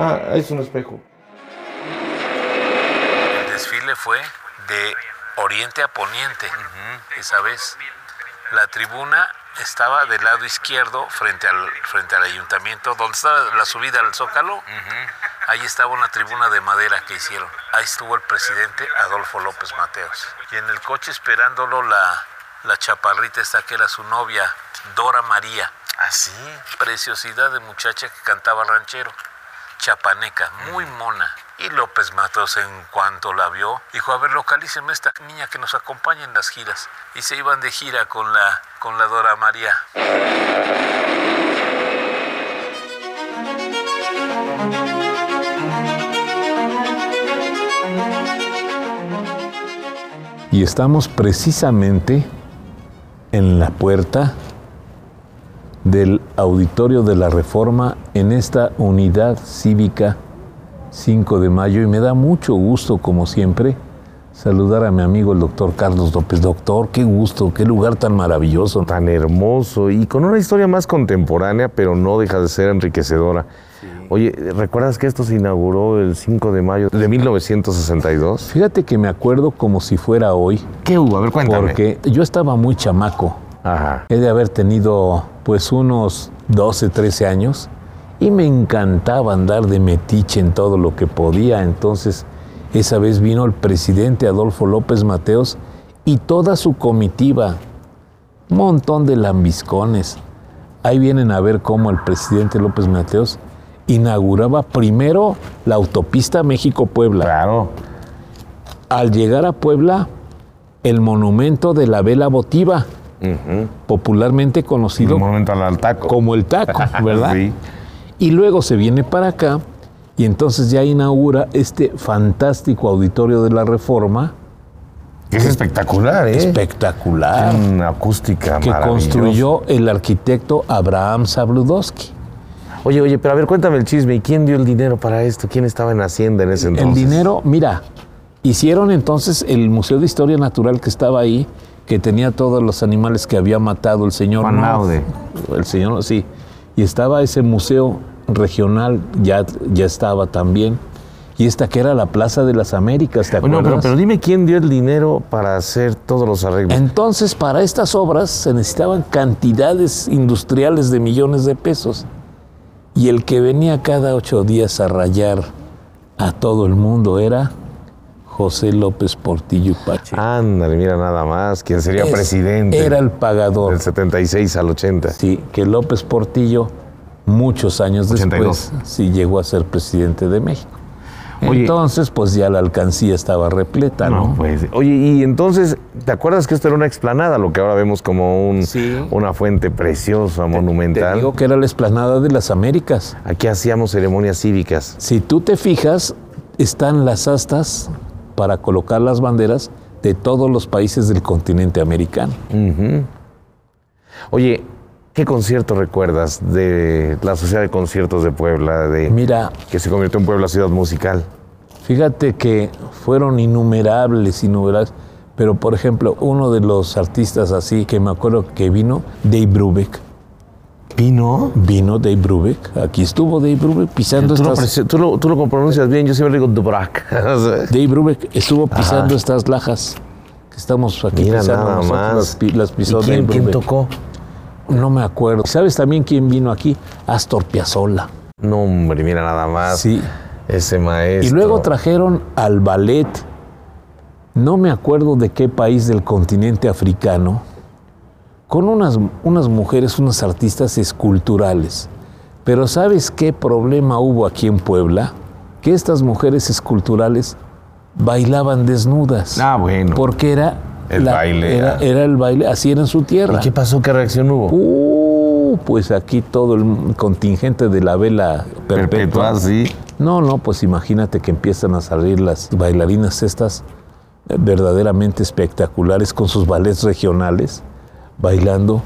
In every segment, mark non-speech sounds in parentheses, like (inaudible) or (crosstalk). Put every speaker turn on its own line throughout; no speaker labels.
Ah, es un espejo.
El desfile fue de oriente a poniente, esa vez. La tribuna estaba del lado izquierdo frente al, frente al ayuntamiento, donde estaba la subida al Zócalo. Ahí estaba una tribuna de madera que hicieron. Ahí estuvo el presidente Adolfo López Mateos. Y en el coche esperándolo la, la chaparrita esta que era su novia, Dora María. Así. Preciosidad de muchacha que cantaba ranchero chapaneca, muy mona. Y López Matos, en cuanto la vio, dijo, a ver, localíceme esta niña que nos acompaña en las giras. Y se iban de gira con la, con la Dora María.
Y estamos precisamente en la puerta del auditorio de la Reforma en esta unidad cívica 5 de mayo y me da mucho gusto, como siempre, saludar a mi amigo el doctor Carlos López. Doctor, qué gusto, qué lugar tan maravilloso.
tan hermoso y con una historia más contemporánea, pero no deja de ser enriquecedora. Oye, ¿recuerdas que esto se inauguró el 5 de mayo de 1962?
Fíjate que me acuerdo como si fuera hoy,
¿Qué hubo? A ver, cuéntame.
porque yo estaba muy chamaco.
Ajá.
He de haber tenido pues unos 12, 13 años y me encantaba andar de metiche en todo lo que podía. Entonces, esa vez vino el presidente Adolfo López Mateos y toda su comitiva, montón de lambiscones. Ahí vienen a ver cómo el presidente López Mateos inauguraba primero la autopista México-Puebla.
Claro.
Al llegar a Puebla, el monumento de la vela votiva, popularmente
Y
conocido
un momento al taco.
como el taco, ¿verdad?
Sí.
Y luego se viene para acá y entonces ya inaugura este fantástico auditorio de la Reforma,
Es espectacular, ¿eh?
espectacular,
Tiene una acústica
que
maravillosa.
construyó el arquitecto Abraham Sabludowski.
Oye, oye, pero a ver, cuéntame el chisme. ¿Y quién dio el dinero para esto? ¿Quién estaba en Hacienda en ese entonces?
El dinero, mira, hicieron entonces el Museo de Historia Natural que estaba ahí, que tenía todos los animales que había matado el señor
Juan
No,
Laude.
El señor, sí. Y estaba ese museo regional, ya, ya estaba también. Y esta que era la Plaza de las Américas, ¿te
Bueno,
acuerdas?
pero, pero dime quién dio el dinero para hacer todos los arreglos.
Entonces, para estas obras se necesitaban cantidades industriales de millones de pesos. Y el que venía cada ocho días a rayar a todo el mundo era José López Portillo Pacheco.
Ándale, mira nada más. ¿Quién sería
Es-
Ah, presidente?
Era el pagador.
Del 76 al 80.
Sí, que López Portillo, muchos años
82.
después, sí llegó a ser presidente de México.
Oye.
Entonces, pues ya la alcancía estaba repleta, ¿no?
No, pues. Oye, y entonces, ¿te acuerdas que esto era una explanada, lo que ahora vemos como un,
Sí.
una fuente preciosa,
Te
monumental?
digo que era la esplanada de las Américas.
Aquí hacíamos ceremonias cívicas.
Si tú te fijas, están las astas para colocar las banderas de todos los países del continente americano.
Ujú. Oye, ¿qué concierto recuerdas de la Sociedad de Conciertos de Puebla, de,
Mira,
que se convirtió en Puebla Ciudad Musical?
fíjate que fueron innumerables, innumerables, pero por ejemplo, uno de los artistas así que me acuerdo que vino, Dave Brubeck.
¿Vino?
Vino Dave Brubeck, aquí estuvo Dave Brubeck pisando
Tú, lo,
estas...
presi- tú lo- tú lo pronuncias bien, yo siempre digo (laughs) Dubrak.
Dave Brubeck estuvo pisando estas lajas que estamos aquí
Mira
pisando
nada
nosotros,
más.
las, pi- las pisó
¿Y quién,
Dave
quién
Brubeck.
tocó?
No me acuerdo. ¿Sabes también quién vino aquí? Astor Piazzolla.
No, hombre, mira nada más.
Sí.
Ese maestro.
Y luego trajeron al ballet. No me acuerdo de qué país del continente africano. Con unas, unas mujeres, unas artistas esculturales. Pero ¿sabes qué problema hubo aquí en Puebla? Que estas mujeres esculturales bailaban desnudas.
Ah, bueno.
Porque era...
El baile,
Era,
ah.
era el baile, así era en su tierra.
¿Y qué pasó? ¿Qué reacción hubo?
Uh, pues aquí todo el contingente de la vela perpetua.
Perpetua, sí.
No, no, pues imagínate que empiezan a salir las bailarinas estas eh, verdaderamente espectaculares con sus ballets regionales, bailando,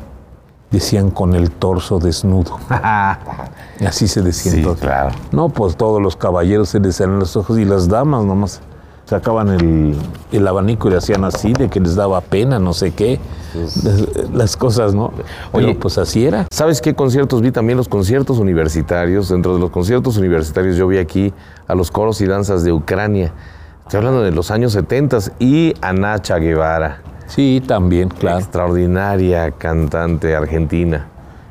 decían con el torso desnudo. Así se
(laughs)
decía
Sí,
entonces.
claro.
No, pues todos los caballeros se les salían los ojos y las damas nomás sacaban el, el abanico y le hacían así, de que les daba pena, no sé qué. Las, las cosas, ¿no? Oye,
Oye.
pues así era.
¿Sabes qué conciertos vi? También los conciertos universitarios. Dentro de los conciertos universitarios yo vi aquí a los coros y danzas de Ucrania. Estoy hablando de los años 70 y a Nacha Guevara,
Sí, también, claro.
extraordinaria cantante argentina.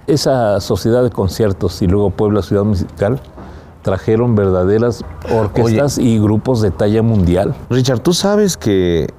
esa sociedad de conciertos y luego Puebla Ciudad Musical trajeron verdaderas orquestas y grupos de talla mundial.
Richard, ¿tú sabes que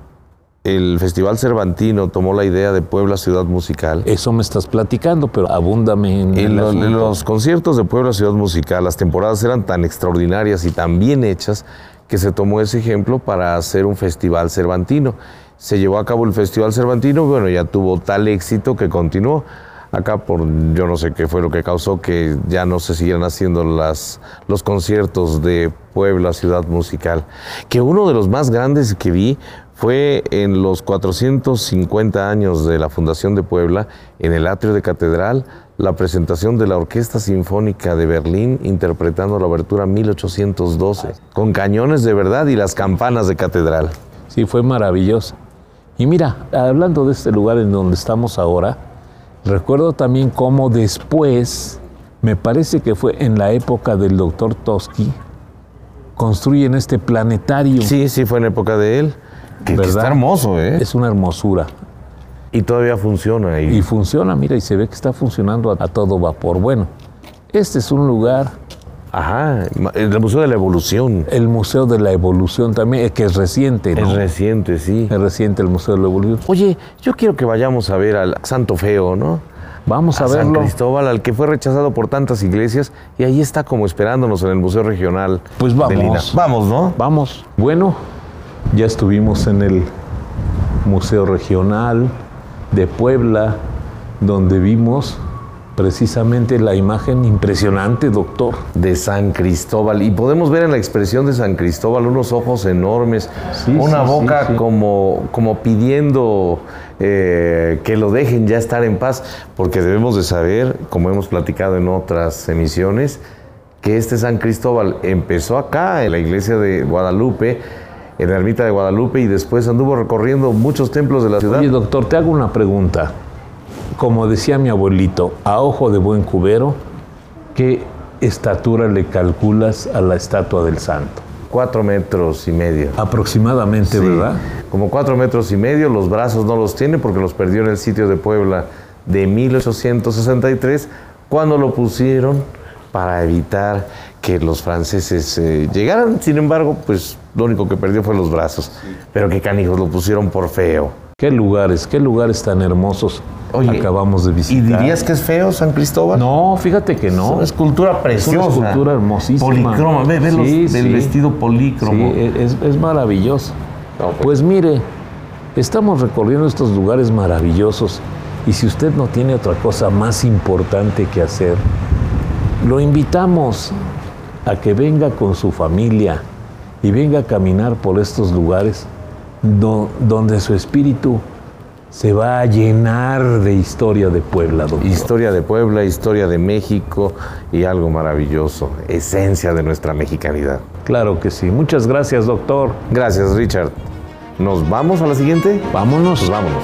el Festival Cervantino tomó la idea de Puebla Ciudad Musical?
Eso me estás platicando, pero abúndame en
Y
el
lo-
asunto.
los conciertos de Puebla Ciudad Musical, las temporadas eran tan extraordinarias y tan bien hechas que se tomó ese ejemplo para hacer un festival cervantino. Se llevó a cabo el Festival Cervantino, bueno, ya tuvo tal éxito que continuó. Acá por yo no sé qué fue lo que causó que ya no se siguieran haciendo las, los conciertos de Puebla Ciudad Musical. Que uno de los más grandes que vi fue en los 450 años de la Fundación de Puebla, en el atrio de Catedral, la presentación de la Orquesta Sinfónica de Berlín interpretando la abertura 1812, con cañones de verdad y las campanas de Catedral.
Sí, fue maravilloso. Y mira, hablando de este lugar en donde estamos ahora, recuerdo también cómo después, me parece que fue en la época del doctor Toski, construyen este planetario.
Sí, sí, fue en época de él. Que, que
¿Verdad?
está hermoso, ¿eh?
Es una hermosura.
Y todavía funciona. Y,
Y funciona, mira, y se ve que está funcionando a, a todo vapor. Bueno, este es un lugar,
Ajá, ma- el Museo de la Evolución.
el Museo de la Evolución también, eh, que es reciente, ¿no?
Es reciente, sí.
Es reciente el Museo de la Evolución.
Oye, yo quiero que vayamos a ver al Santo Feo, ¿no?
Vamos a,
a San
verlo.
Cristóbal, al que fue rechazado por tantas iglesias, y ahí está como esperándonos en el Museo Regional.
Pues
de
vamos.
Lina. Vamos, ¿no?
Vamos. Bueno, ya estuvimos en el Museo Regional de Puebla, donde vimos precisamente la imagen impresionante, doctor.
De San Cristóbal. Y podemos ver en la expresión de San Cristóbal unos ojos enormes,
Sí,
una
sí,
boca
sí, sí.
Como, como pidiendo eh, que lo dejen ya estar en paz, porque debemos de saber, como hemos platicado en otras emisiones, que este San Cristóbal empezó acá, en la iglesia de Guadalupe, en la ermita de Guadalupe, y después anduvo recorriendo muchos templos de la ciudad.
Oye, doctor, te hago una pregunta. Como decía mi abuelito, a ojo de buen cubero, ¿qué estatura le calculas a la estatua del santo?
Cuatro metros y medio. Sí,
Aproximadamente, ¿verdad?
Como cuatro metros y medio, los brazos no los tiene porque los perdió en el sitio de Puebla de 1863, cuando lo pusieron para evitar que los franceses eh, llegaran. Sin embargo, pues lo único que perdió fue los brazos. Pero qué canijos, lo pusieron por feo.
¿Qué lugares, qué lugares tan hermosos
Oye,
acabamos de
¿Y
visitar?
dirías que es feo San Cristóbal?
No, fíjate que
Es
no.
una escultura preciosa.
escultura hermosísima.
Policroma, ve, ve los-
Sí,
del
sí.
vestido polícromo.
Sí, e-, es, es maravilloso.
No, pues-
Pues mire, estamos recorriendo estos lugares maravillosos y si usted no tiene otra cosa más importante que hacer, lo invitamos a que venga con su familia y venga a caminar por estos lugares do- donde su espíritu se va a llenar de historia de Puebla, doctor.
Historia de Puebla, historia de México y algo maravilloso, esencia de nuestra mexicanidad.
Claro que sí. Muchas gracias, doctor.
Gracias, Richard. ¿Nos vamos a la siguiente?
Vámonos.
Vámonos.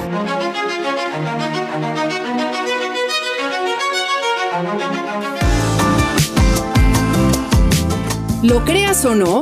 Lo creas o no,